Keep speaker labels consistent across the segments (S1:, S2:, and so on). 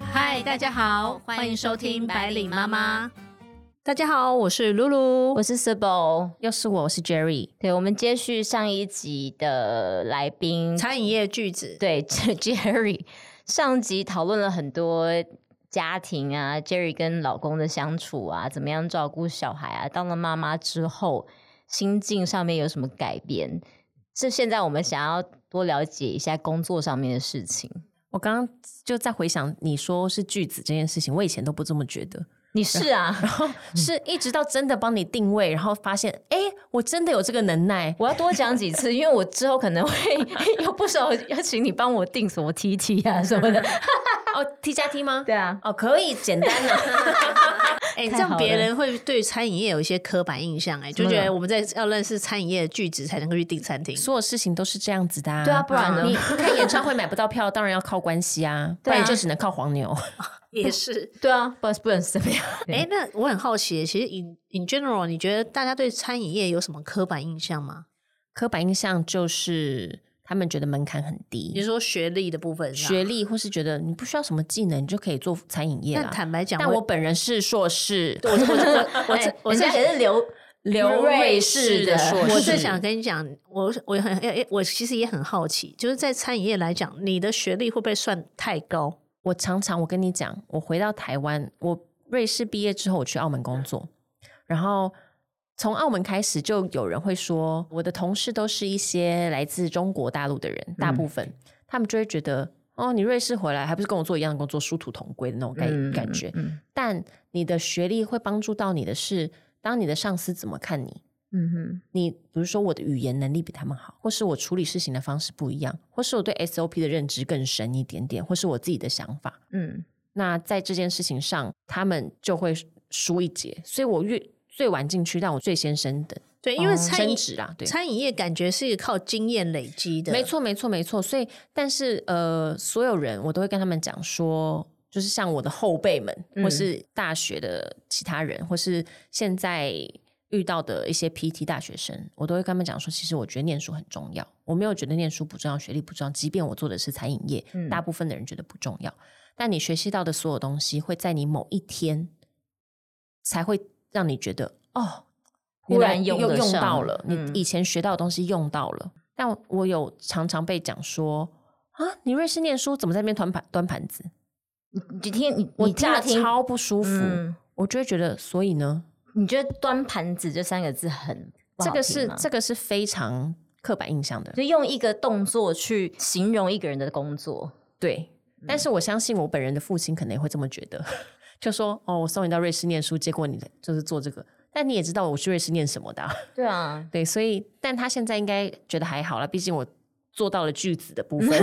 S1: 嗨，大家好，欢迎收听白领妈妈。
S2: 大家好，我是露露
S3: 我。是 Sibyl，
S2: 又是我，我是 Jerry。
S3: 对，我们接续上一集的来宾，
S2: 餐饮业巨子，
S3: 对 Jerry，上集讨论了很多家庭啊，Jerry 跟老公的相处啊，怎么样照顾小孩啊，当了妈妈之后心境上面有什么改变？这现在我们想要多了解一下工作上面的事情。
S4: 我刚刚就在回想你说是句子这件事情，我以前都不这么觉得，
S3: 你是 啊，
S4: 然后是一直到真的帮你定位，然后发现，哎，我真的有这个能耐。
S3: 我要多讲几次，因为我之后可能会 有不少要请你帮我定什么 T T 啊 什么的。
S4: 哦，T 加 T 吗？
S3: 对啊，
S4: 哦，可以，简单啊。
S2: 哎、
S3: 太
S2: 这样
S3: 好
S2: 别
S3: 了
S2: 人会对餐饮业有一些刻板印象、哎，就觉得我们在要认识餐饮业的巨子才能够去订餐厅。
S4: 所有事情都是这样子的、啊。
S3: 对啊不然呢
S4: 你看演唱会买不到票，当然要靠关系啊，不
S3: 对啊
S4: 然你就只能靠黄牛。
S2: 也是，
S3: 对啊，不然不能怎么样。
S2: 哎、那我很好奇，其实 in in general，你觉得大家对餐饮业有什么刻板印象吗？
S4: 刻板印象就是他们觉得门槛很
S2: 你
S4: 低，
S2: 说学历的部分上，
S4: 学历或是觉得你不需要什么技能，你就可以做餐饮业
S2: 但
S4: 了。
S2: 坦白讲，
S4: 但我本人是硕士，
S2: 我我我我
S3: 哎
S2: 我
S3: 人
S2: 在
S3: 家也是留
S4: 刘瑞士的硕士，
S2: 我是想跟你讲，我我很诶我其实也很好奇，就是在餐饮业来讲，你的学历会不会算太高？
S4: 我常常我跟你讲，我回到台湾，我瑞士毕业之后，我去澳门工作，然后从澳门开始，就有人会说，我的同事都是一些来自中国大陆的人，大部分、他们就会觉得，哦，你瑞士回来还不是跟我做一样的工作，殊途同归的那种感、感觉。
S3: 嗯
S4: 但你的学历会帮助到你的是，当你的上司怎么看你，
S3: 嗯哼，
S4: 你比如说我的语言能力比他们好，或是我处理事情的方式不一样，或是我对 SOP 的认知更深一点点，或是我自己的想法，
S3: 嗯
S4: 那在这件事情上，他们就会输一截。所以我越最晚进去，但我最先升等，
S2: 对，因为
S4: 哦
S2: 餐饮、
S4: 升职啦，对。
S2: 餐饮业感觉是一个靠经验累积的，
S4: 没。错，没错，没错。所以，但是呃，所有人我都会跟他们讲说，就是像我的后辈们，或是大学的其他人，或是现在遇到的一些 PT 大学生，我都会跟他们讲说，其实我觉得念书很重要，我没有觉得念书不重要，学历不重要，即便我做的是餐饮业，大部分的人觉得不重要，但你学习到的所有东西，会在你某一天才会让你觉得哦，
S3: 忽然
S4: 原
S3: 用
S4: 来用
S3: 得
S4: 用
S3: 上
S4: 到了，
S3: 嗯
S4: 你以前学到的东西用到了。但我我有常常被讲说啊，你瑞士念书怎么在那边端盘端盘子？
S3: 你听你
S4: 我
S3: 你
S4: 听
S3: 乍
S4: 了
S3: 听，
S4: 超不舒服，
S3: 嗯
S4: 我就会觉得，所以呢，
S3: 你觉得“端盘子”这三个字很不
S4: 这
S3: 好
S4: 个
S3: 听
S4: 是
S3: 吗
S4: 这个是非常刻板印象的，
S3: 就用一个动作去形容一个人的工作，
S4: 对。
S3: 嗯
S4: 但是我相信我本人的父亲可能也会这么觉得， 就说哦，我送你到瑞士念书，结果你就是做这个。但你也知道我去瑞士念什么的啊、
S3: 对啊，
S4: 对，所以但他现在应该觉得还好了，毕竟我做到了句子的部分。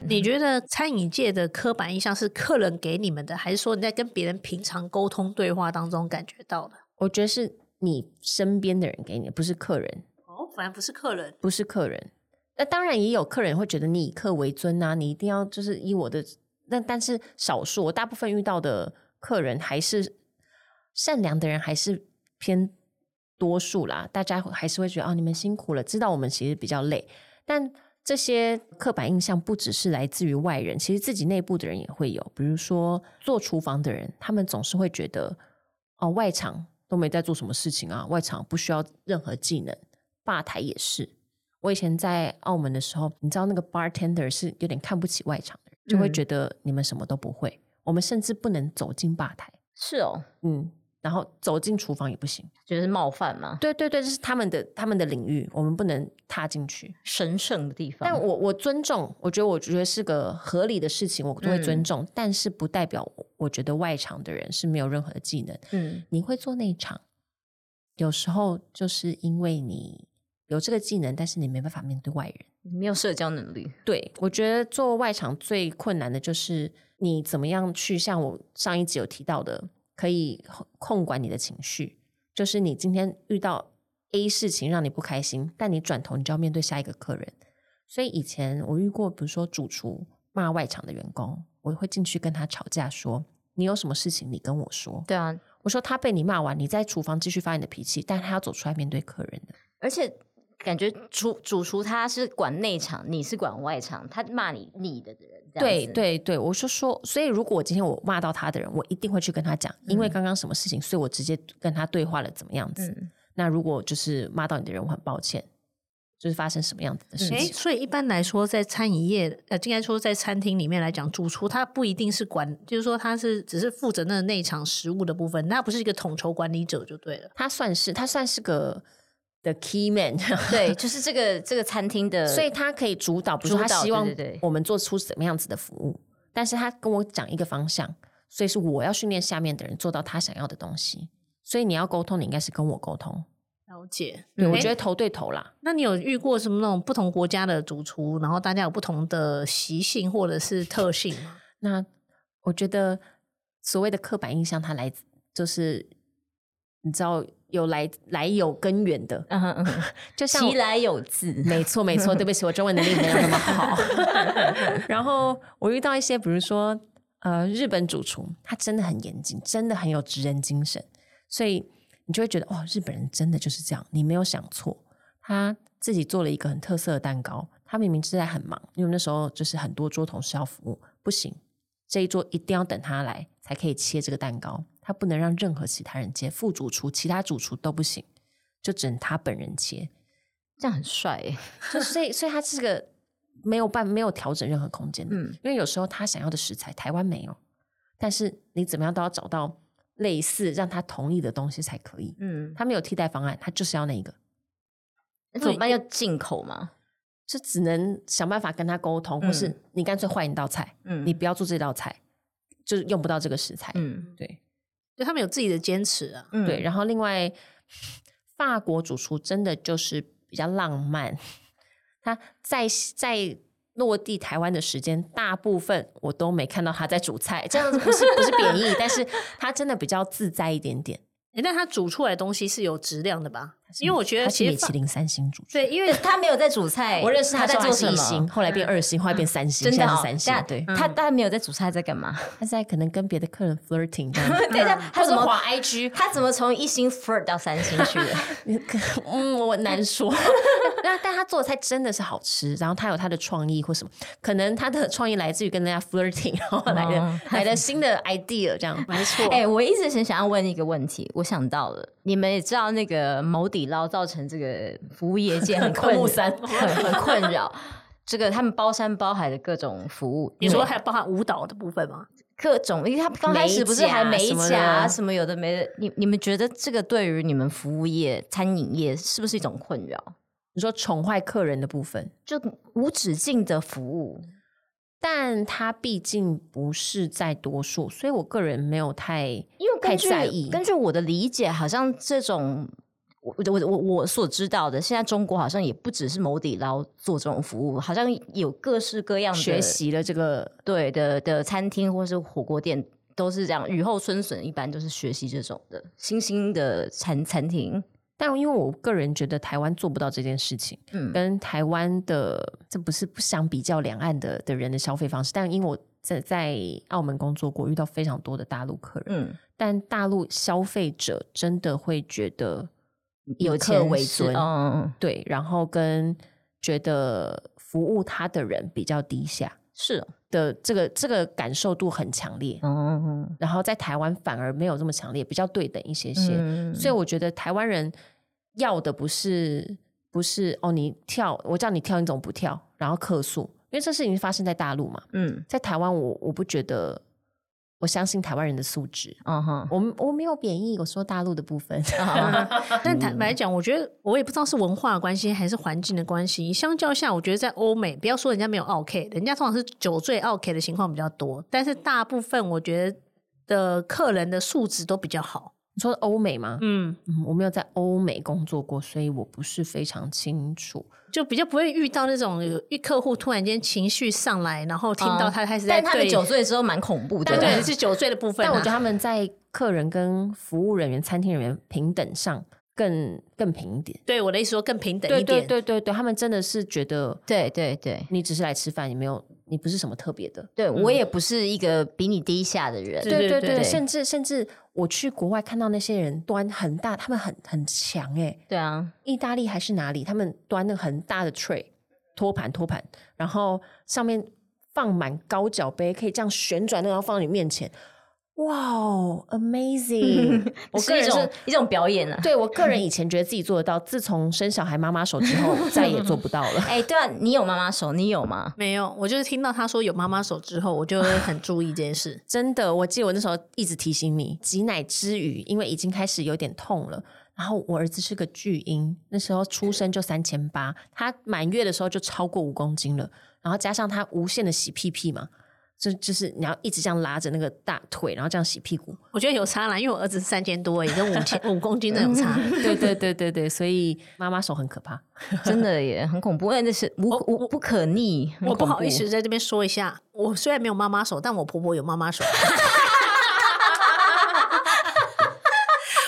S2: 你觉得餐饮界的刻板印象是客人给你们的，还是说你在跟别人平常沟通对话当中感觉到的？
S4: 我觉得是你身边的人给你的，不是客人，
S2: 哦，反而不是客人，
S4: 不是客人。那当然也有客人会觉得你以客为尊啊，你一定要就是以我的。那但是少数，我大部分遇到的客人还是善良的人，还是偏多数啦。大家还是会觉得哦，你们辛苦了，知道我们其实比较累。但这些刻板印象不只是来自于外人，其实自己内部的人也会有。比如说做厨房的人，他们总是会觉得哦，外场都没在做什么事情啊，外场不需要任何技能，吧台也是。我以前在澳门的时候，你知道那个 bartender 是有点看不起外场的人，就会觉得你们什么都不会，我们甚至不能走进吧台，
S3: 是哦，
S4: 嗯，然后走进厨房也不行。
S3: 就是冒犯嘛，
S4: 对对对，这是他们的他们的领域，我们不能踏进去。
S3: 神圣的地方。
S4: 但我我尊重，我觉得我觉得是个合理的事情，我都会尊重，但是不代表我我觉得外场的人是没有任何的技能。
S3: 嗯，
S4: 你会做内场，有时候就是因为你有这个技能，但是你没办法面对外人。
S3: 嗯没有社交能力，
S4: 对，我觉得做外场最困难的就是你怎么样去像我上一集有提到的，可以控控管你的情绪。就是你今天遇到 A 事情让你不开心，但你转头你就要面对下一个客人。所以以前我遇过，比如说主厨骂外场的员工，我会进去跟他吵架说：“你有什么事情你跟我说。”
S3: 对啊，
S4: 我说他被你骂完，你在厨房继续发你的脾气，但他要走出来面对客人的。
S3: 而且感觉主主厨他是管内场，你是管外场，他骂你腻的人，这样
S4: 对
S3: 子，
S4: 对对，我是说，所以如果我今天我骂到他的人，我一定会去跟他讲，因为刚刚什么事情，所以我直接跟他对话了，怎么样子？
S3: 嗯，
S4: 那如果就是骂到你的人，我很抱歉，就是发生什么样子的事
S2: 哎、
S3: 嗯
S4: 情。
S2: 所以一般来说，在餐饮业，呃，应该说在餐厅里面来讲，主厨他不一定是管，就是说他是只是负责那内场食物的部分，那不是一个统筹管理者就对了。
S4: 他算是他算是个 the key man，
S3: 对，就是这个这个餐厅的，
S4: 所以他可以主导，比如
S3: 主
S4: 说他
S3: 导
S4: 希望
S3: 对对对
S4: 我们做出怎么样子的服务，但是他跟我讲一个方向，所以是我要训练下面的人做到他想要的东西。所以你要沟通，你应该是跟我沟通。
S2: 了解，
S4: 对，我
S2: 诶
S4: 觉得头对头啦。
S2: 那你有遇过什么那种不同国家的主厨，然后大家有不同的习性或者是特性吗？
S4: 那我觉得所谓的刻板印象，它来自就是你知道有来来有根源的，
S3: 嗯哼嗯哼，
S4: 就像
S3: 其来有自，
S4: 没错，没错，对不起，我中文能力没有那么好。然后我遇到一些，比如说呃，日本主厨，他真的很严谨，真的很有职人精神，所以你就会觉得哦，日本人真的就是这样，你没有想错。他自己做了一个很特色的蛋糕，他明明是在很忙，因为那时候就是很多桌同事要服务，不行，这一桌一定要等他来才可以切这个蛋糕，他不能让任何其他人切，副主厨、其他主厨都不行，就只能他本人切。
S3: 这样很帅耶，
S4: 就所以所以他是个没有办没有调整任何空间的，
S3: 嗯
S4: 因为有时候他想要的食材台湾没有，但是你怎么样都要找到类似让他同意的东西才可以。
S3: 嗯，
S4: 他没有替代方案，他就是要那一个，
S3: 那怎么办？要进口吗？
S4: 就只能想办法跟他沟通，或是你干脆换一道菜，
S3: 嗯，
S4: 你不要做这道菜，就是用不到这个食材。
S3: 嗯
S4: 对
S2: 就他们有自己的坚持啊。
S3: 嗯
S4: 对，然后另外法国主厨真的就是比较浪漫，他在在落地台湾的时间，大部分我都没看到他在煮菜，这样子不是不是贬义，但是他真的比较自在一点点。
S2: 诶但它煮出来的东西是有质量的吧？因为我觉得
S4: 他是
S2: 其
S4: 米
S2: 实法
S4: 其林三星主厨，
S2: 对，因为
S3: 他没有在煮菜，
S4: 我认识
S3: 哎他
S4: 的
S3: 在
S4: 时候
S3: 做
S4: 还
S3: 什
S4: 是一
S3: 么嗯
S4: 星，？后来变二星，后来变三星，
S3: 真的
S4: 现在
S3: 哦
S4: 是三星
S3: 等下。
S4: 对，嗯
S3: 他当然没有在煮菜，他在干 嘛？
S4: 他在可能跟别的客人 flirting 这样子。
S3: 等一下，他怎么
S4: 滑 IG？
S3: 他怎么从一星 flirt 到三星去 了？
S4: 嗯，我难说。 那但他做的菜真的是好吃，然后他有他的创意或什么，可能他的创意来自于跟人家 flirting，然后来的、
S3: 哦
S4: 来的新的 idea 这样。
S2: 没错，
S3: 哎、我一直很想要问一个问题，我想到了，你们也知道那个某底捞造成这个服务业界 很困
S4: 科目
S3: 扰，
S4: 三
S3: 很很困 扰。这个他们包山包海的各种服务，
S2: 你说还包含舞蹈的部分吗？
S3: 各种，因为他们刚开始不是还
S4: 美
S3: 美
S4: 甲
S3: 甲啊
S4: 什么的
S3: 什么有的没的，你你们觉得这个对于你们服务业、餐饮业是不是一种困扰？
S4: 你说宠坏客人的部分，
S3: 就无止境的服务，
S4: 但他毕竟不是在多数，所以我个人没有太
S3: 因为根
S4: 太
S3: 据
S4: 在意
S3: 根据我的理解，好像这种我我我我所知道的，现在中国好像也不只是某底捞做这种服务，好像有各式各样的
S4: 学习了这个。
S3: 对的的餐厅或是火锅店都是这样，雨后春笋一般都是学习这种的新兴的餐餐厅。
S4: 但因为我个人觉得台湾做不到这件事情，
S3: 嗯，
S4: 跟台湾的这不是不想比较两岸的的人的消费方式，但因为我在在澳门工作过，遇到非常多的大陆客人，
S3: 嗯，
S4: 但大陆消费者真的会觉得以
S3: 有
S4: 客
S3: 钱
S4: 为
S3: 是
S4: 尊，
S3: 嗯，
S4: 对，然后跟觉得服务他的人比较低下
S3: 是哦，
S4: 的这个这个感受度很强烈，
S3: 嗯，
S4: 然后在台湾反而没有这么强烈，比较对等一些些，
S3: 嗯
S4: 所以我觉得台湾人要的不是不是哦，你跳我叫你跳，你怎么不跳？然后客诉，因为这事情发生在大陆嘛，
S3: 嗯，
S4: 在台湾我我不觉得，我相信台湾人的素质，
S3: 嗯哼，
S4: 我们我没有贬义，我说大陆的部分，
S2: 但坦
S4: 嗯
S2: 白讲，我觉得我也不知道是文化的关系还是环境的关系。相较下，我觉得在欧美，不要说人家没有 OK，人家通常是酒醉 OK 的情况比较多，但是大部分我觉得的客人的素质都比较好。
S4: 你说欧美吗？
S2: 嗯，
S4: 嗯，我没有在欧美工作过，所以我不是非常清楚。
S2: 就比较不会遇到那种有一客户突然间情绪上来，然后听
S3: 哦
S2: 到他开始在
S3: 但他
S2: 对
S3: 们酒，醉之后蛮恐怖的，
S2: 但对是酒醉的部分、
S4: 但
S2: 啊。
S4: 我觉得他们在客人跟服务人员、餐厅人员平等上更更平一点。
S2: 对我的意思说更平等
S4: 对
S2: 一
S4: 对
S2: 点。
S4: 对对对，他们真的是觉得
S3: 对对对，
S4: 你只是来吃饭，你没有你不是什么特别的。
S3: 对我也不是一个比你低下的人，
S2: 嗯对
S4: 对对
S2: 对对
S4: 甚至甚至我去国外看到那些人端很大，他们很很强哎、
S3: 对啊，
S4: 意大利还是哪里，他们端那个很大的 tray 托盘托盘，然后上面放满高脚杯，可以这样旋转的，然后放到你面前。哇哦，amazing！我 个
S3: 是一
S4: 人是
S3: 种一种表演啊。
S4: 对我个人以前觉得自己做得到，自从生小孩妈妈手之 后，再也做不到了。。
S3: 哎，对啊，你有妈妈手，你有吗？
S2: 没有，我就是听到他说有妈妈手之后，我就会很注意这件事
S4: 真的，我记得我那时候一直提醒你，挤奶之余，因为已经开始有点痛了。然后我儿子是个巨婴，那时候出生就三千八，他满月的时候就超过五公斤了。然后加上他无限的洗屁屁嘛，就就是你要一直这样拉着那个大腿，然后这样洗屁股。
S2: 我觉得有差啦，因为我儿子是三千多而已，也跟五 千五公斤的有差。
S4: 对对对对对，所以妈妈手很可怕。
S3: 真的耶，很恐怖，因为那是无无不可逆。很
S2: 哦我不
S3: 恐
S2: 好
S3: 怖
S2: 意思，在这边说一下，我虽然没有妈妈手，但我婆婆有妈妈手。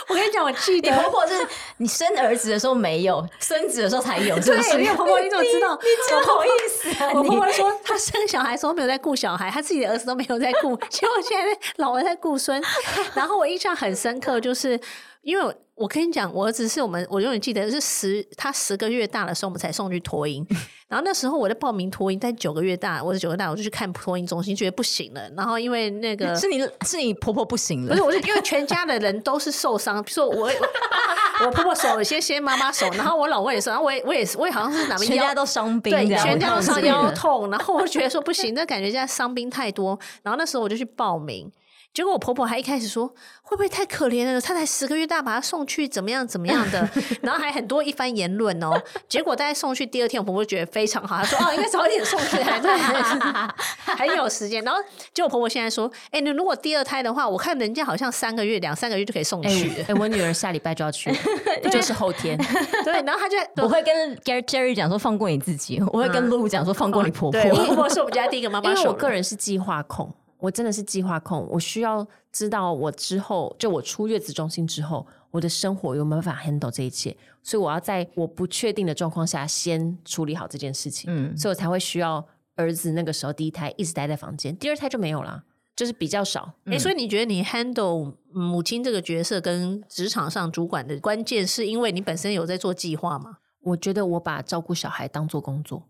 S2: 我跟你讲，我记得
S3: 你婆婆是你生儿子的时候没有，孙子的时候才 有，是不是？
S2: 对，因为婆婆你怎么知 道？
S3: 真好意思啊！
S2: 我
S3: 你
S2: 婆婆说，她生小孩的时候没有在顾小孩，她自己的儿子都没有在顾， 结果现在老了在顾孙。然后我印象很深刻，就是因为我我跟你讲，我儿子是我们，我永远记得是十他十个月大的时候，我们才送去托 婴。然后那时候我在报名托婴，但九个月大，我是九个月大，我就去看托婴中心，觉得不行了。然后因为那个
S3: 是你是你婆婆不行
S2: 不
S3: 了
S2: 是，，我是因为全家的人都是受伤，比如说我我我婆婆手有些些妈妈手，然后我老公也是，然后我也我也是我也好像是哪边
S3: 全
S2: 腰
S3: 家都伤兵，
S2: 对，
S3: 这样
S2: 全家都
S3: 我看到
S2: 伤
S3: 这个
S2: 腰痛，然后我就觉得说不行，那感觉现在伤兵太多。然后那时候我就去报名，结果我婆婆还一开始说会不会太可怜了，她才十个月大，把她送去怎么样怎么样 的，然后还很多一番言论哦。结果大概送去第二天，我婆婆觉得非常好，她说哦应该早点送去，还 在还有时间。然后结果婆婆现在说，哎、你如果第二胎的话，我看人家好像三个月两三个月就可以送
S4: 哎、
S2: 去，
S4: 我哎我女儿下礼拜就要 去，就是后天。
S2: 对，然后她就
S3: 我会跟 Gary Jerry 讲说放过你自己，我会跟露露讲说放过你婆婆
S2: 对，。我婆婆是我们家第一个妈妈
S4: 因为
S2: 手
S4: 我
S2: 了，
S4: 个人是计划控，我真的是计划控，我需要知道我之后就我出月子中心之后，我的生活有没有办法 handle 这一切，所以我要在我不确定的状况下先处理好这件事情，
S3: 嗯，
S4: 所以我才会需要儿子那个时候第一胎一直待在房间，第二胎就没有啦，就是比较少。
S3: 嗯
S2: 哎、所以你觉得你 handle 母亲这个角色跟职场上主管的关键，是因为你本身有在做计划吗？
S4: 我觉得我把照顾小孩当做工作，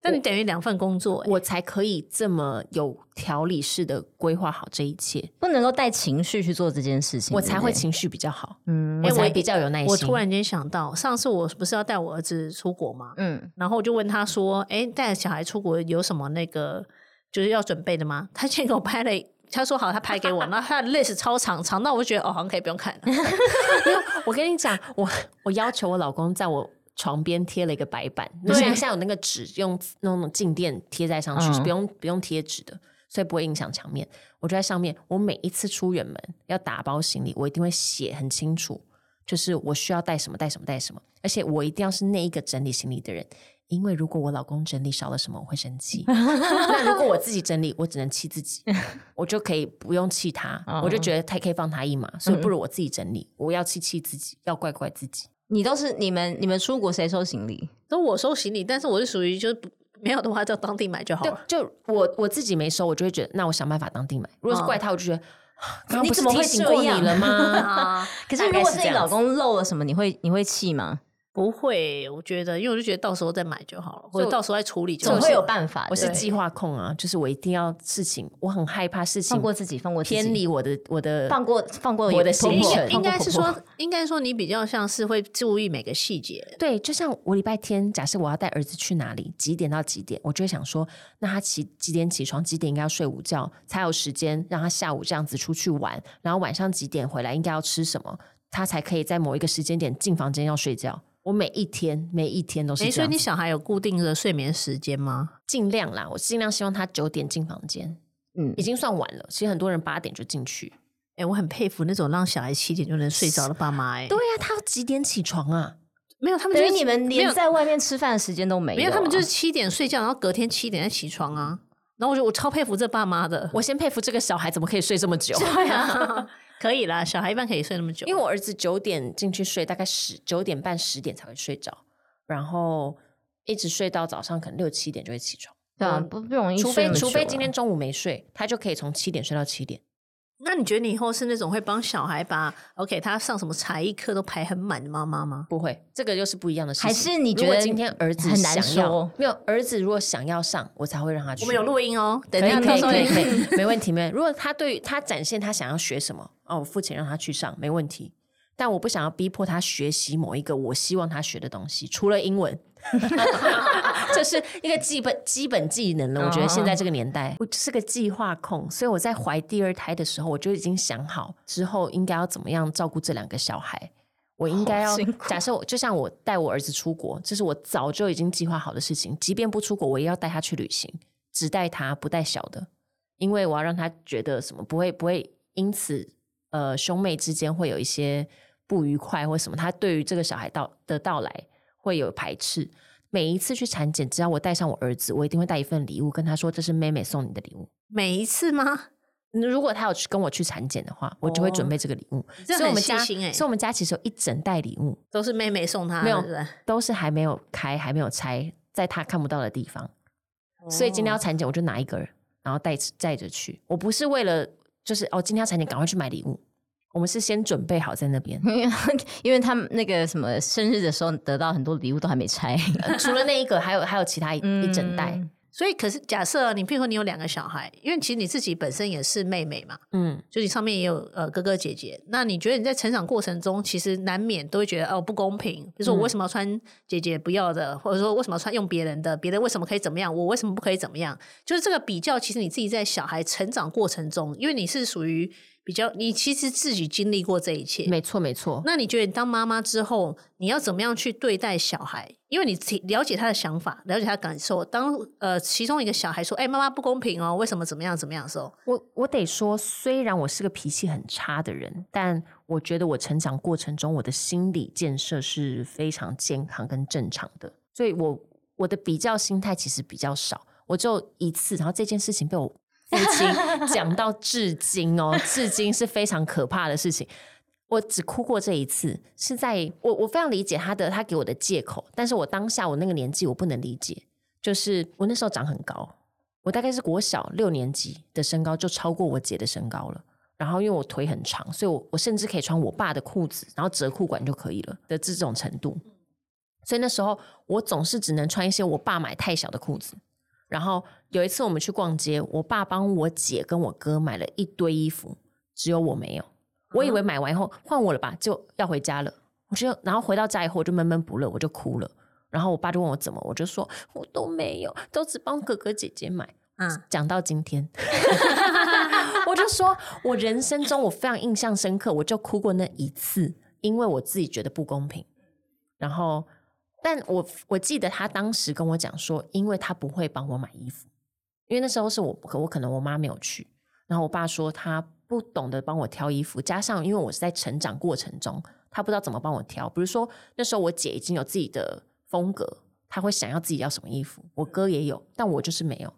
S2: 但你等于两份工作、欸，
S4: 我才可以这么有条理式的规划好这一切，
S3: 不能够带情绪去做这件事情，
S4: 我才
S3: 对
S4: 会
S3: 不对
S4: 情绪比较好，
S3: 嗯
S4: 我
S2: 哎
S4: 才
S2: 我
S4: 比较有耐心。
S2: 我突然间想到，上次我不是要带我儿子出国吗？
S3: 嗯，
S2: 然后我就问他说：“哎、带小孩出国有什么那个就是要准备的吗？” 他先给我拍了一。他说好，他拍给我， 然后他的 list 超长，长到我就觉得哦，好像可以不用看了。
S4: 我跟你讲，我我要求我老公在我床边贴了一个白板，
S2: 对
S4: 现在现在有那个纸用那种静电贴在上去，
S3: 嗯
S4: 是不用不用贴纸的，所以不会影响墙面。我就在上面，我每一次出远门要打包行李，我一定会写很清楚，就是我需要带什么带什么带什么，而且我一定要是那一个整理行李的人。因为如果我老公整理少了什么，我会生 气。那如果我自己整理，我只能气自己，我就可以不用气他，
S3: 哦嗯
S4: 我就觉得他可以放他一马，所以不如我自己整理。我要气气自己，要怪怪自己。
S3: 你都是你们你们出国谁收行李？
S2: 都我收行李，但是我是属于就是不没有的话，到当地买就好
S4: 对
S2: 了。，
S4: 就我我自己没收，我就会觉得那我想办法当地买。如果是怪他，我就觉得啊刚刚
S3: 哦你
S4: 不
S3: 怎
S4: 是
S3: 么
S4: 提
S3: 会
S4: 醒
S3: 这
S4: 过你
S3: 样
S4: 了 吗？
S2: 啊，
S3: 可是
S4: 大
S3: 如
S4: 概
S3: 果
S4: 是
S3: 是
S4: 这
S3: 你
S4: 样
S3: 老
S4: 子
S3: 公漏了什么，你会你会气吗？
S2: 不会，我觉得，因为我就觉得到时候再买就好了，或者到时候再处理就好
S3: 总
S2: 了。
S3: 会有办法的。
S4: 我是
S3: 对
S4: 计划控啊，就是我一定要事情，我很害怕事情
S3: 放过自己，放过自己
S4: 偏离我的我的
S3: 放过放过
S4: 我的
S3: 婆
S4: 行
S3: 婆
S4: 程
S2: 应
S3: 放过
S2: 该是
S3: 婆婆
S2: 说，应该说你比较像是会注意每个细节。
S4: 对，就像我礼拜天，假设我要带儿子去哪里，几点到几点，我就会想说，那他起几点起床，几点应该要睡午觉，才有时间让他下午这样子出去玩，然后晚上几点回来应该要吃什么，他才可以在某一个时间点进房间要睡觉。我每一天每一天都是
S2: 诶，
S4: 这
S2: 所以
S4: 样
S2: 你
S4: 子，
S2: 小孩有固定的睡眠时间吗？
S4: 尽量啦，我尽量希望他九点进房间，
S3: 嗯
S4: 已，经算晚了。其实很多人八点就进去。
S2: 诶，我很佩服那种让小孩七点就能睡着的爸妈、诶，
S4: 对呀、他要几点起床啊？
S2: 没有他们
S3: 等
S2: 就
S3: 于
S2: 是
S3: 你们
S2: 没
S3: 连
S2: 有
S3: 在外面吃饭的时间都没有啊，
S4: 哦
S2: 没有，他们就是七点睡觉，然后隔天七点再起床啊。然后我就我超佩服这爸妈的，
S4: 我先佩服这个小孩怎么可以睡这么 久。
S2: 对啊， 可以啦，小孩一般可以睡那么久，
S4: 因为我儿子九点进去睡，大概十九点半十点才会睡着，然后一直睡到早上可能六七点就会起床。
S3: 对啊，
S4: 嗯
S3: 不不容易
S4: 除
S3: 睡
S4: 非
S3: 那么
S4: 除非
S3: 久
S4: 今
S3: 啊
S4: 天中午没睡，他就可以从七点睡到七点。
S2: 那你觉得你以后是那种会帮小孩把 OK 他上什么才艺课都排很满的妈妈吗？
S4: 不会，这个又是不一样的事情。
S3: 还是你觉得
S4: 如果今天儿子
S3: 很难
S4: 想要
S3: 说
S4: 没有儿子如果想要上，我才会让他去。
S2: 我们有录音哦，等
S4: 可以
S2: 那
S4: 可
S2: 个
S4: 以
S2: 时候
S4: 可以
S2: 你
S4: 可以，没问题没问题。如果他对于他展现他想要学什么，哦，我付钱让他去上，没问题。但我不想要逼迫他学习某一个我希望他学的东西，除了英文，这是一个基本基本技能了。我觉得现在这个年
S3: 哦
S4: 代，我就是个计划控，所以我在怀第二胎的时候，我就已经想好之后应该要怎么样照顾这两个小孩。我应该要
S3: 好辛苦，
S4: 假设我就像我带我儿子出国，这是我早就已经计划好的事情。即便不出国，我也要带他去旅行，只带他不带小的，因为我要让他觉得什么不会不会因此呃兄妹之间会有一些不愉快或什么，他对于这个小孩到的到来会有排斥。每一次去产检，只要我带上我儿子，我一定会带一份礼物，跟他说这是妹妹送你的礼物。
S2: 每一次吗？
S4: 如果他有去跟我去产检的话，我就会准备这个礼物。
S2: 哦这
S4: 所以
S2: 很
S4: 我们
S2: 细
S4: 家，
S2: 心欸
S4: 所以我们家其实有一整袋礼物，
S2: 都是妹妹送他的，
S4: 没有
S2: 对不对
S4: 都是还没有开、还没有拆，在他看不到的地方。所以今天
S2: 哦
S4: 要产检，我就拿一个，然后带带着去。我不是为了就是哦，今天要产检，赶快去买礼物。我们是先准备好在那边
S3: 因为 因为他们那个什么生日的时候得到很多礼物都还没拆，
S4: 呃除了那一个，还有还有其他一一整袋。
S2: 所以可是假设你，譬如说你有两个小孩，因为其实你自己本身也是妹妹嘛，
S4: 嗯，
S2: 就你上面也有呃哥哥姐姐，那你觉得你在成长过程中，其实难免都会觉得哦不公平，比如说我为什么要穿姐姐不要的，或者说为什么要穿用别人的，别人为什么可以怎么样，我为什么不可以怎么样？就是这个比较，其实你自己在小孩成长过程中，因为你是属于比较，你其实自己经历过这一切，
S4: 没错没错。
S2: 那你觉得你当妈妈之后，你要怎么样去对待小孩？因为你提了解他的想法，了解他的感受。当呃其中一个小孩说：“哎、妈妈不公平哦，为什么怎么样怎么样？”的时候，
S4: 我我得说，虽然我是个脾气很差的人，但我觉得我成长过程中，我的心理建设是非常健康跟正常的，所以我我的比较心态其实比较少，我只有一次，然后这件事情被我父亲讲到至今哦，至今是非常可怕的事情。我只哭过这一次，是在我我非常理解他的他给我的借口，但是我当下我那个年纪我不能理解，就是我那时候长很高，我大概是国小六年级的身高就超过我姐的身高了。然后因为我腿很长，所以我我甚至可以穿我爸的裤子，然后折裤管就可以了的这种程度。所以那时候我总是只能穿一些我爸买太小的裤子。然后有一次我们去逛街，我爸帮我姐跟我哥买了一堆衣服，只有我没有。我以为买完以后换我了吧，就要回家了。我就然后回到家以后我就闷闷不乐，我就哭了。然后我爸就问我怎么，我就说我都没有，都只帮哥哥姐姐买。
S2: 嗯，
S4: 讲到今天， 我就说我人生中我非常印象深刻，我就哭过那一次，因为我自己觉得不公平。然后，但我我记得他当时跟我讲说，因为他不会帮我买衣服，因为那时候是我我可能我妈没有去，然后我爸说他不懂得帮我挑衣服，加上因为我是在成长过程中，他不知道怎么帮我挑。比如说那时候我姐已经有自己的风格，她会想要自己要什么衣服，我哥也有，但我就是没有，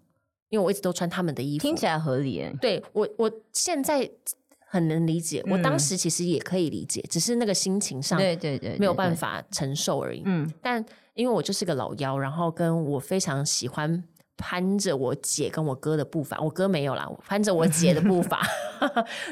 S4: 因为我一直都穿他们的衣服。
S3: 听起来合理耶。
S4: 对我，我现在很能理解，我当
S3: 嗯
S4: 时其实也可以理解，只是那个心情上
S3: 对对对，
S4: 没有
S3: 对
S4: 办
S3: 对
S4: 法承受而已。
S3: 嗯，
S4: 但因为我就是个老妖，然后跟我非常喜欢攀着我姐跟我哥的步伐，我哥没有啦，我攀着我姐的步伐，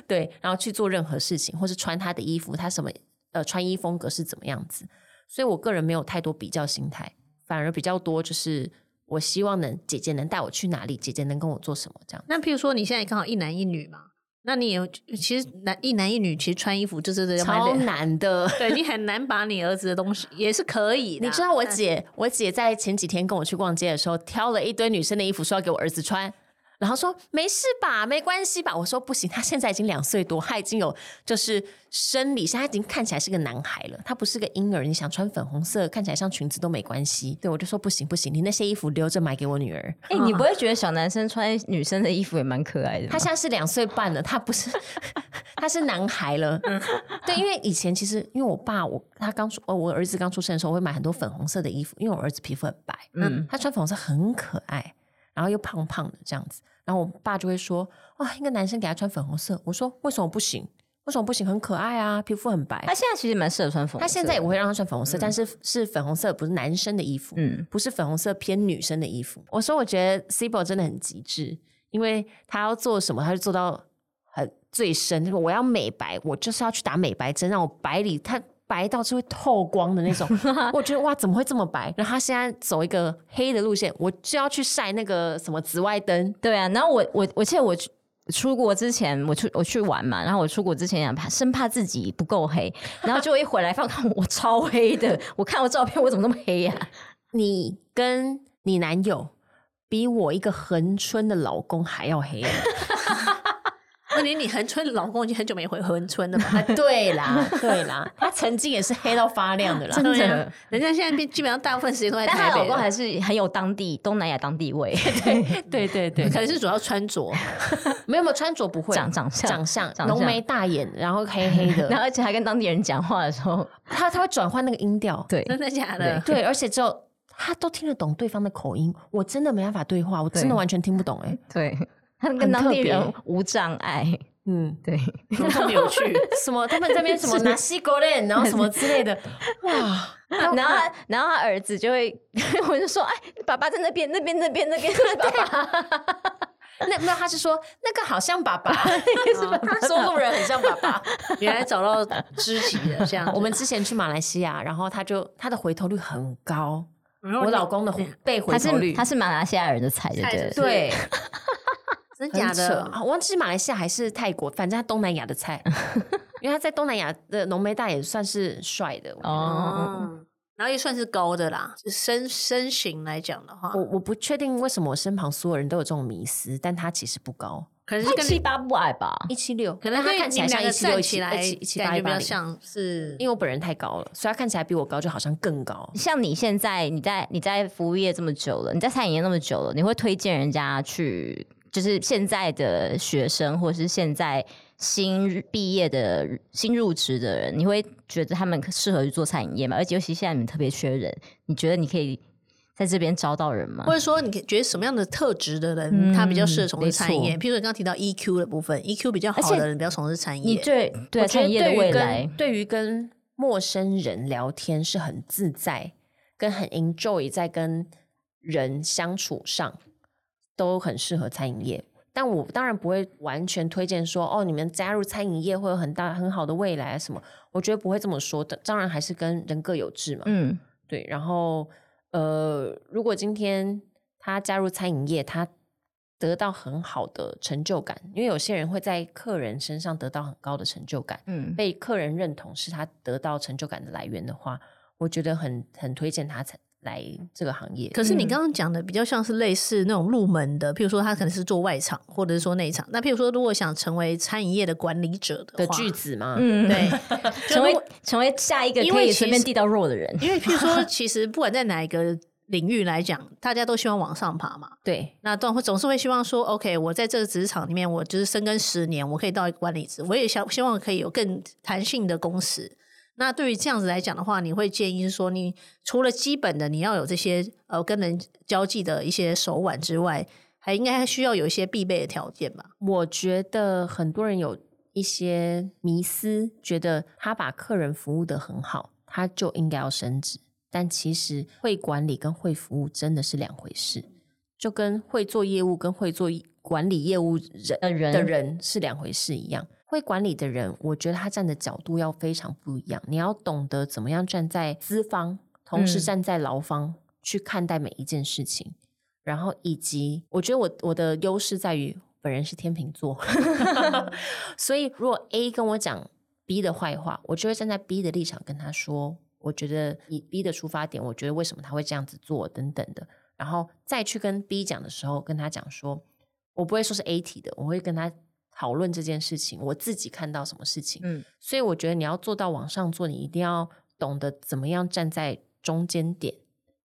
S4: 对，然后去做任何事情，或是穿她的衣服，她什么呃穿衣风格是怎么样子，所以我个人没有太多比较心态，反而比较多就是我希望能姐姐能带我去哪里，姐姐能跟我做什么这样。
S2: 那譬如说你现在刚好一男一女嘛，那你也其实男一男一女其实穿衣服就真的要买
S4: 超
S2: 两
S4: 难的，
S2: 对你很难把你儿子的东西也是可以的。
S4: 你知道我姐，我姐在前几天跟我去逛街的时候，挑了一堆女生的衣服，说要给我儿子穿。然后说没事吧，没关系吧。我说不行，他现在已经两岁多，他已经有就是生理上，他已经看起来是个男孩了，他不是个婴儿。你想穿粉红色，看起来像裙子都没关系。对我就说不行不行，你那些衣服留着买给我女儿。
S3: 哎、你不会觉得小男生穿女生的衣服也蛮可爱的吗？
S4: 他现在是两岁半了，他不是， 他是男孩了。 对，因为以前其实因为我爸，我他刚出，呃我儿子刚出生的时候，我会买很多粉红色的衣服，因为我儿子皮肤很白，嗯，他穿粉红色很可爱，然后又胖胖的这样子。然后我爸就会说，哇，一个男生给他穿粉红色，我说为什么不行？为什么不行？很可爱啊，皮肤很白。
S3: 哎他现在其实蛮适合穿粉红色的。
S4: 他现在也不会让他穿粉红色，但是是粉红色，不是男生的衣服，
S3: 嗯，
S4: 不是粉红色偏女生的衣服。我说，我觉得 Cibo 真的很极致，因为他要做什么，他就做到很最深。就是我要美白，我就是要去打美白针，让我白里他白到是会透光的那种。我觉得哇，怎么会这么白？然后他现在走一个黑的路线，我就要去晒那个什么紫外灯。
S3: 对啊。然后我我我记得我去出国之前，我去我去玩嘛，然后我出国之前想怕生怕自己不够黑，然后就一回来放 看我超黑的，我看我照片我怎么那么黑 呀、
S4: 你跟你男友比我一个恒春的老公还要黑、
S2: 问题你恒春老公已经很久没回恒春 了吧？
S4: 啊，对啦，对啦，他曾经也是黑到发 亮的啦。
S2: 对啊，人家现在变基本上大部分时间都在
S3: 但
S2: 台
S3: 她
S2: 北
S3: 老
S2: 了，
S3: 公还是很有当地东南亚当地味，
S4: 对对对，
S2: 可能是主要穿着，
S4: 没有没有穿着不会，
S3: 长长相
S4: 长相，
S3: 长相
S4: 浓眉大眼，然后黑黑
S3: 然后
S4: 的，
S3: 而且还跟当地人讲话的时候，
S4: 他他会转换那个音调，
S3: 对
S2: 真的假的？
S4: 对，而且只有他都听得懂对方的口音，我真的没办法对话，我真的
S3: 对
S4: 完全听不懂哎、
S3: 对，他
S4: 很
S3: 跟当地
S4: 特别
S3: 人无障碍，
S4: 嗯，
S3: 对，
S2: 怎 么这么有趣？
S4: 什么他们这边什么拿西 国人，然后什么之类的，哇，
S3: 然后他，然后他儿子就会， 我就说，哎，爸爸在那边，那边，那边，那边，那边爸爸，
S4: 那没有，他是说那个好 像爸爸，他说路人很像爸爸。
S2: 原来找到知己了，这样子
S4: 我们之前去马来西亚，然后他就他的回头率很高，我老公的回被 回
S3: 他
S4: 头
S3: 是
S4: 率
S3: 他是马来西亚人的菜，对不
S2: 菜是
S3: 对
S2: 不？是
S4: 对，
S2: 真
S4: 很
S2: 假
S4: 扯
S2: 的
S4: 啊！我忘记是马来西亚还是泰国，反正他东南亚的 菜，因为他在东南亚的浓眉大眼算是帅的。我
S3: 哦，
S2: 哦，然后也算是高的啦，就身身形来讲的话
S4: 我，我不确定为什么我身旁所有人都有这种迷思，但他其实不高，
S2: 可能
S3: 他
S2: 是跟
S3: 七
S2: 你，
S3: 八不矮吧？
S4: 一七六，
S2: 可能
S4: 他
S2: 跟
S4: 看起
S2: 你
S4: 来
S2: 们
S4: 像
S2: 两
S4: 一
S2: 个
S4: 七六、
S2: 站起来
S4: 一七一七
S2: 感
S4: 八、
S2: 觉
S4: 一
S2: 比
S4: 八
S2: 较
S4: 零，
S2: 像是
S4: 因为我本人太高了，所以他看起来比我高，就好像更高。
S3: 像你现在你在你在服务业这么久了，你在餐饮业那么久了，你会推荐人家去，就是现在的学生或是现在新毕业的新入职的人，你会觉得他们适合去做餐饮业吗？而且尤其现在你们特别缺人，你觉得你可以在这边招到人吗
S2: 或？者说，你觉得什么样的特质的人，他比
S4: 嗯
S2: 较适合从
S3: 没
S2: 事餐饮业？
S3: 错
S2: 譬如你刚刚提到 EQ 的部分，EQ 比较好
S3: 而且
S2: 的人比较从事餐饮
S3: 你
S2: 业。
S3: 对对啊
S4: 我觉得
S3: 餐饮业
S4: 对
S3: 的
S4: 于
S3: 未
S4: 跟
S3: 来，
S4: 对于跟陌生人聊天是很自在，跟很 enjoy 在跟人相处上，都很适合餐饮业。但我当然不会完全推荐说哦，你们加入餐饮业会有很大很好的未来啊什么。我觉得不会这么说的，当然还是跟人各有志嘛。
S3: 嗯，
S4: 对，然后呃，如果今天他加入餐饮业，他得到很好的成就感，因为有些人会在客人身上得到很高的成就感，
S3: 嗯
S4: 被客人认同是他得到成就感的来源的话，我觉得很很推荐他才来这个行业。
S2: 可是你
S3: 嗯
S2: 刚刚讲的比较像是类似那种入门的，譬如说他可能是做外场，或者是说内场。那譬如说，如果想成为餐饮业的管理者的
S4: 的
S2: 话，
S4: 句子嘛，
S3: 嗯，
S2: 对，
S3: 成为成为下一个
S2: 因
S3: 可
S2: 为
S3: 以
S2: 其
S3: 随便
S2: 实
S3: 递到肉的人，
S2: 因为譬如说，其实不管在哪一个领域来讲，大家都希望往上爬嘛。
S4: 对，
S2: 那总会总是会希望说，OK，我在这个职场里面，我就是深耕十年，我可以到一个管理职，我也想希望可以有更弹性的工时。那对于这样子来讲的话，你会建议是说，你除了基本的你要有这些呃跟人交际的一些手腕之外，还应该还需要有一些必备的条件吧？
S4: 我觉得很多人有一些迷思，觉得他把客人服务的很好，他就应该要升职。但其实会管理跟会服务真的是两回事，就跟会做业务跟会做管理业务人呃
S3: 的人
S4: 的人是两回事一样。会管理的人，我觉得他站的角度要非常不一样，你要懂得怎么样站在资方，同
S3: 嗯
S4: 时站在劳方、去看待每一件事情。然后以及我觉得我我的优势在于本人是天 秤座，所以如果 A 跟我讲 B 的坏话，我就会站在 B 的立场跟他说，我觉得以 B 的出发点，我觉得为什么他会这样子做等等的，然后再去跟 B 讲的时候，跟他讲说，我不会说是 A 提的，我会跟他讨论这件事情，我自己看到什么事情，
S3: 嗯
S4: 所以我觉得你要做到往上做，你一定要懂得怎么样站在中间点，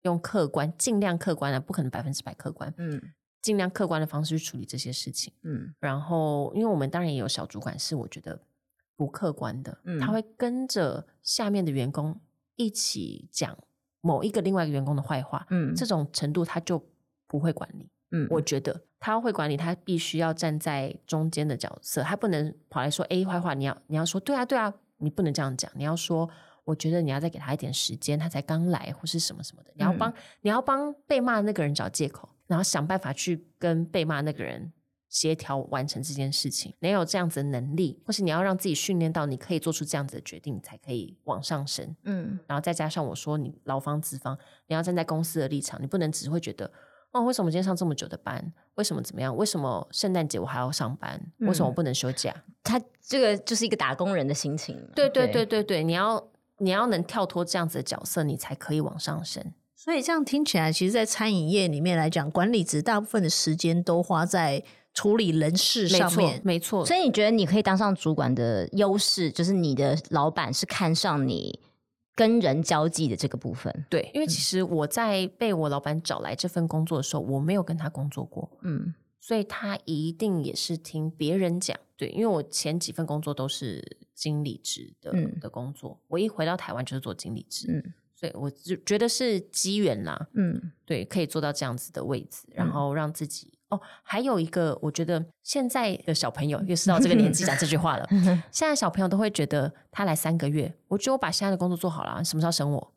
S4: 用客观，尽量客观的，啊不可能百分之百客观，
S3: 嗯
S4: 尽量客观的方式去处理这些事情。
S3: 嗯，
S4: 然后，因为我们当然也有小主管是我觉得不客观的，
S3: 嗯
S4: 他会跟着下面的员工一起讲某一个另外一个员工的坏话，
S3: 嗯
S4: 这种程度他就不会管理。
S3: 嗯，
S4: 我觉得他会管理，他必须要站在中间的角色，他不能跑来说 A 坏话。你要你要说对啊对啊，你不能这样讲，你要说我觉得你要再给他一点时间，他才刚来或是什么什么的。你要帮、你要帮被骂的那个人找借口，然后想办法去跟被骂那个人协调完成这件事情。你要有这样子的能力，或是你要让自己训练到你可以做出这样子的决定，你才可以往上升。
S3: 嗯
S4: 然后再加上我说你劳方资方，你要站在公司的立场，你不能只会觉得哦，为什么今天上这么久的班？为什么怎么样？为什么圣诞节我还要上班？为什么我
S3: 嗯
S4: 不能休假？
S3: 他这个就是一个打工人的心情嘛。
S4: 对对对，对对，你要你要能跳脱这样子的角色，你才可以往上升。
S2: 所以这样听起来，其实，在餐饮业里面来讲，管理职大部分的时间都花在处理人事
S4: 没
S2: 上
S4: 错
S2: 面，。
S4: 没错。
S3: 所以你觉得你可以当上主管的优势，就是你的老板是看上你跟人交际的这个部分。
S4: 对，嗯因为其实我在被我老板找来这份工作的时候，我没有跟他工作过，
S3: 嗯
S4: 所以他一定也是听别人讲。对，因为我前几份工作都是经理职的、
S3: 嗯
S4: 的工作，我一回到台湾就是做经理职，
S3: 嗯
S4: 所以我就觉得是机缘啦，
S3: 嗯
S4: 对，可以做到这样子的位置，然
S3: 嗯
S4: 后让自己、哦，还有一个，我觉得现在的小朋友，又是到这个年纪讲这句 话了，现在小朋友都会觉得他来三个月，我觉得我把现在的工作做好了，什么时候升我？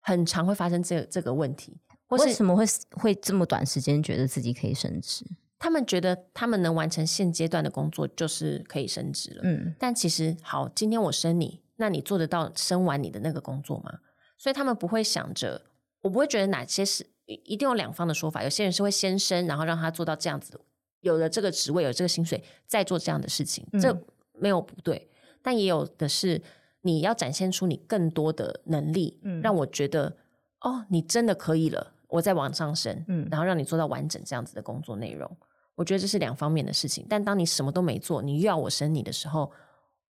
S4: 很常会发生这这个问题，或
S3: 为
S4: 是
S3: 什么会会这么短时间觉得自己可以升职？
S4: 他们觉得他们能完成现阶段的工作就是可以升职了，
S3: 嗯
S4: 但其实，好，今天我生你，那你做得到生完你的那个工作吗？所以他们不会想着，我不会觉得哪些是一一定有两方的说法。有些人是会先生，然后让他做到这样子，有了这个职位，有这个薪水，再做这样的事情，这
S3: 嗯
S4: 没有不对。但也有的是，你要展现出你更多的能力，
S3: 嗯
S4: 让我觉得，哦，你真的可以了，我再往上升，
S3: 嗯
S4: 然后让你做到完整这样子的工作内容。我觉得这是两方面的事情。但当你什么都没做，你又要我审你的时候，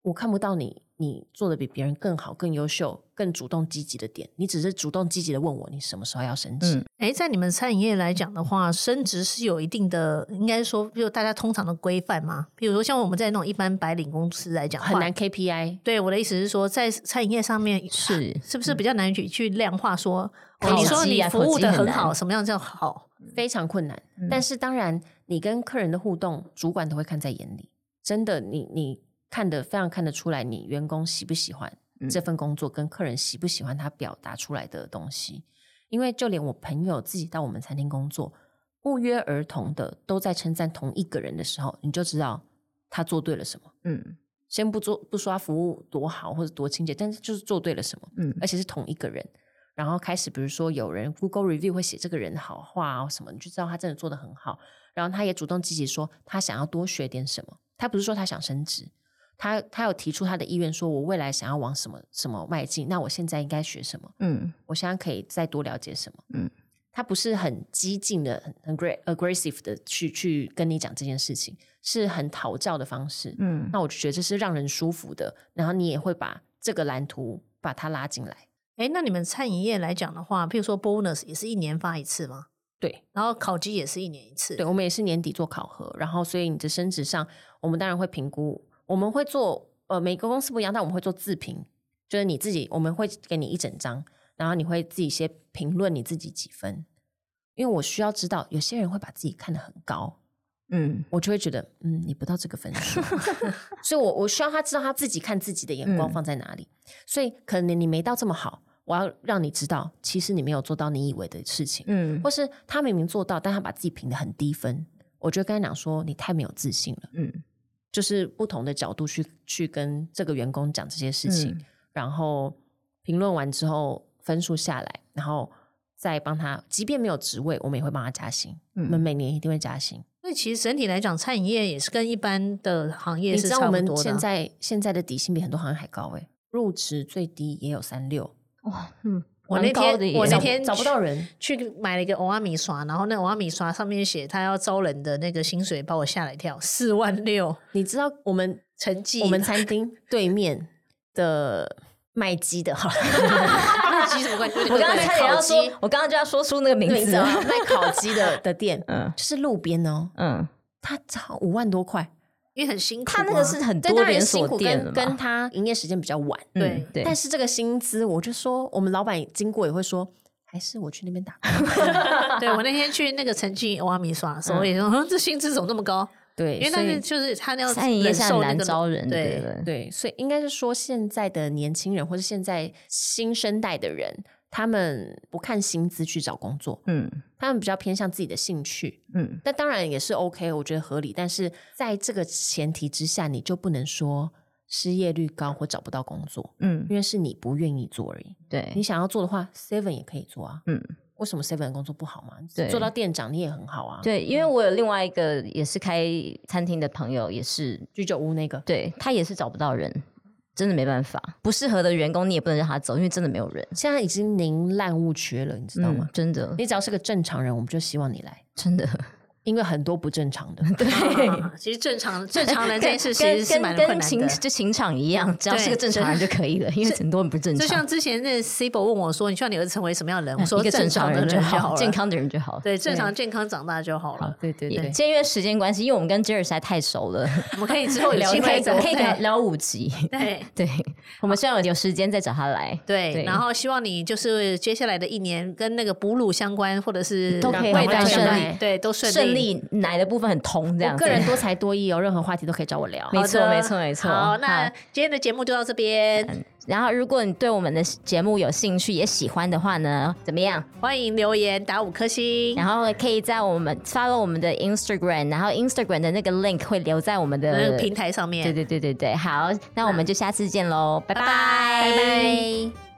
S4: 我看不到你你做的比别人更好、更优秀、更主动积极的点。你只是主动积极的问我，你什么时候要升职？
S3: 嗯
S2: 哎，在你们餐饮业来讲的话，升职是有一定的，应该说，比如大家通常的规范嘛，比如说像我们在那种一般白领公司来讲，
S4: 很难。KPI。
S2: 对我的意思是说，在餐饮业上面啊
S3: 是
S2: 是不是比较难去去量化说，
S3: 考
S2: 哦、你说
S3: 绩
S2: 你
S3: 啊
S2: 服
S3: 考
S2: 务
S3: 绩
S2: 的
S3: 很
S2: 很
S3: 难
S2: 好，什么样叫好？
S4: 非常困难。但是当然，你跟客人的互动，主管都会看在眼里。真的，你你看得非常看得出来，你员工喜不喜欢
S3: 嗯
S4: 这份工作，跟客人喜不喜欢他表达出来的东西。因为就连我朋友自己到我们餐厅工作，不约而同的都在称赞同一个人的时候，你就知道他做对了什么。
S3: 嗯
S4: 先不做不说他服务多好或者多清洁，但是就是做对了什么。
S3: 嗯
S4: 而且是同一个人。然后开始，比如说有人 Google review 会写这个人好话哦什么，你就知道他真的做的很好。然后他也主动积极说他想要多学点什么，他不是说他想升职，他他有提出他的意愿，说我未来想要往什么什么迈进，那我现在应该学什么，
S3: 嗯
S4: 我现在可以再多了解什么。
S3: 嗯
S4: 嗯，他不是很激进的、很很 gra- aggressive 的去去跟你讲这件事情，是很讨教的方式。
S3: 嗯，
S4: 那我就觉得这是让人舒服的，然后你也会把这个蓝图把它拉进来。
S2: 哎，那你们餐饮业来讲的话，譬如说 bonus 也是一年发一次吗？
S4: 对
S2: 然后烤鸡也是一年一次。
S4: 对，我们也是年底做考核，然后所以你的升职上，我们当然会评估，我们会做呃每个公司不一样，但我们会做自评，就是你自己，我们会给你一整张，然后你会自己先评论你自己几分，因为我需要知道，有些人会把自己看得很高，
S3: 嗯
S4: 我就会觉得，嗯，你不到这个分数，所以我我需要他知道他自己看自己的眼光
S3: 嗯
S4: 放在哪里，所以可能你没到这么好，我要让你知道，其实你没有做到你以为的事情，
S3: 嗯
S4: 或是他明明做到，但他把自己评的很低分，我就跟他讲说，你太没有自信了，
S3: 嗯
S4: 就是不同的角度去去跟这个员工讲这些事情，
S3: 嗯
S4: 然后评论完之后分数下来，然后再帮他，即便没有职位，我们也会帮他加薪，
S3: 嗯
S4: 我们每年一定会加薪。
S2: 所以其实整体来讲，餐饮业也是跟一般的行业
S4: 你
S2: 是
S4: 知道
S2: 差
S4: 我
S2: 不
S4: 们
S2: 多的
S4: 现
S2: 啊。
S4: 在现在的底薪比很多行业还高诶、入职最低也有三六，
S3: 哇嗯，
S2: 我
S3: 蛮
S2: 那
S3: 高的
S2: 天
S3: 耶
S2: 我那
S4: 找
S2: 天
S4: 找不到人，
S2: 去买了一个欧阿米刷，然后那欧阿米刷上面写他要招人的那个薪水，把我吓了一跳，四万六。
S4: 你知道我们
S2: 成绩
S4: 我们餐厅对面的卖鸡的，好 了，
S2: 那鸡什么关系？
S3: 我刚刚
S2: 对
S3: 差点要
S2: 烤
S3: 说
S2: 鸡，
S3: 我刚刚就要说出那个名
S4: 对，你知
S3: 字
S4: 道吗
S3: 了。
S4: 卖烤鸡的的店，
S3: 嗯
S4: 就是路边哦，
S3: 嗯，
S4: 他超五万多块，
S2: 因为很辛苦啊。
S3: 他那个是很
S4: 对，
S3: 多
S4: 当然
S3: 连
S4: 辛
S3: 锁
S4: 苦
S3: 店
S4: 跟
S3: 了
S4: 跟
S3: 嘛，
S4: 他营业时间比较晚，
S2: 对
S3: 嗯对，
S4: 但是这个薪资，我就说我们老板经过也会说，还是我去那边打工？
S2: 对我那天去那个陈记欧阿米耍的时候，我也说哼这薪资怎么这么高？
S4: 对，
S2: 因为
S4: 所
S2: 但
S4: 以
S2: 是就是他那要
S3: 餐饮业
S2: 忍
S3: 现在
S2: 受
S3: 很
S2: 那
S3: 难
S2: 个
S3: 招人，对
S2: 对
S3: 不对？
S4: 对，所以应该是说，现在的年轻人或者现在新生代的人，他们不看薪资去找工作，
S3: 嗯
S4: 他们比较偏向自己的兴趣。
S3: 嗯，
S4: 那当然也是 OK，我觉得合理。但是在这个前提之下，你就不能说失业率高或找不到工作，
S3: 嗯，
S4: 因为是你不愿意做而已。你
S3: 对，
S4: 想要做的话，Seven 也可以做啊。
S3: 嗯，
S4: 为什么 Seven 的工作不好嘛？
S3: 对
S4: 做到店长你也很好啊。，
S3: 对，因为我有另外一个也是开餐厅的朋友，也是，
S4: 居酒屋那个，
S3: 对他也是找不到人，真的没办法，不适合的员工你也不能让他走，因为真的没有人，
S4: 现在已经宁滥勿缺了，你知道吗？
S3: 嗯真的，
S4: 你只要是个正常人，我们就希望你来，
S3: 真的，
S4: 因为很多不正常 的。
S2: 啊其实正常正 常人这件事其
S3: 跟
S2: 实是蛮
S3: 跟
S2: 困难
S3: 跟情
S2: 的。
S3: 就情场一 样，只要是个正常人就可以了，因为很多人不正
S2: 就
S3: 常
S2: 像，之前那 C 博问我说：“你希望你儿子成为什么样的人？”
S3: 嗯
S2: 我说：“
S3: 一个
S2: 正
S3: 正
S2: 常
S3: 常
S2: 的人
S3: 人就
S2: 好
S3: 好，
S2: 了，
S3: 健康的人就好。
S2: 对正常健康长大就好了。
S4: 对对
S3: 也，今天因为时间关系，因为我们跟 Jerry 实在太熟了，
S2: 我们可以之后有
S3: 聊
S2: 机
S3: 可
S2: 会
S3: 以
S2: 再
S3: 可以聊聊五集。
S2: 对
S3: 对，我们希望有有时间再找他来。
S2: 对，
S3: 哎对
S2: 然后希望你就是接下来的一年跟那个哺乳相关，或者是
S3: 都可以
S2: 未来
S3: 赶快
S2: 相
S3: 顺
S2: 关，
S4: 利
S2: 对，都顺
S3: 顺。利奶的部分很通，这样
S4: 我
S3: 子
S4: 个人多才多艺哦，任何话题都可以找我聊。
S3: 没
S2: 好
S3: 错
S2: 的
S3: 没错没错。嗯
S2: 好，那今天的节目就到这边，
S3: 然后如果你对我们的节目有兴趣也喜欢的话呢，怎么样？
S2: 欢迎留言打五颗星。
S3: 然后可以在我们 follow 我们的 Instagram，然后 Instagram 的那个 link 会留在我们
S2: 那
S3: 的
S2: 个平。台上面，
S3: 对对对对对，好，那我们就下次见喽，拜
S2: 拜拜
S3: 拜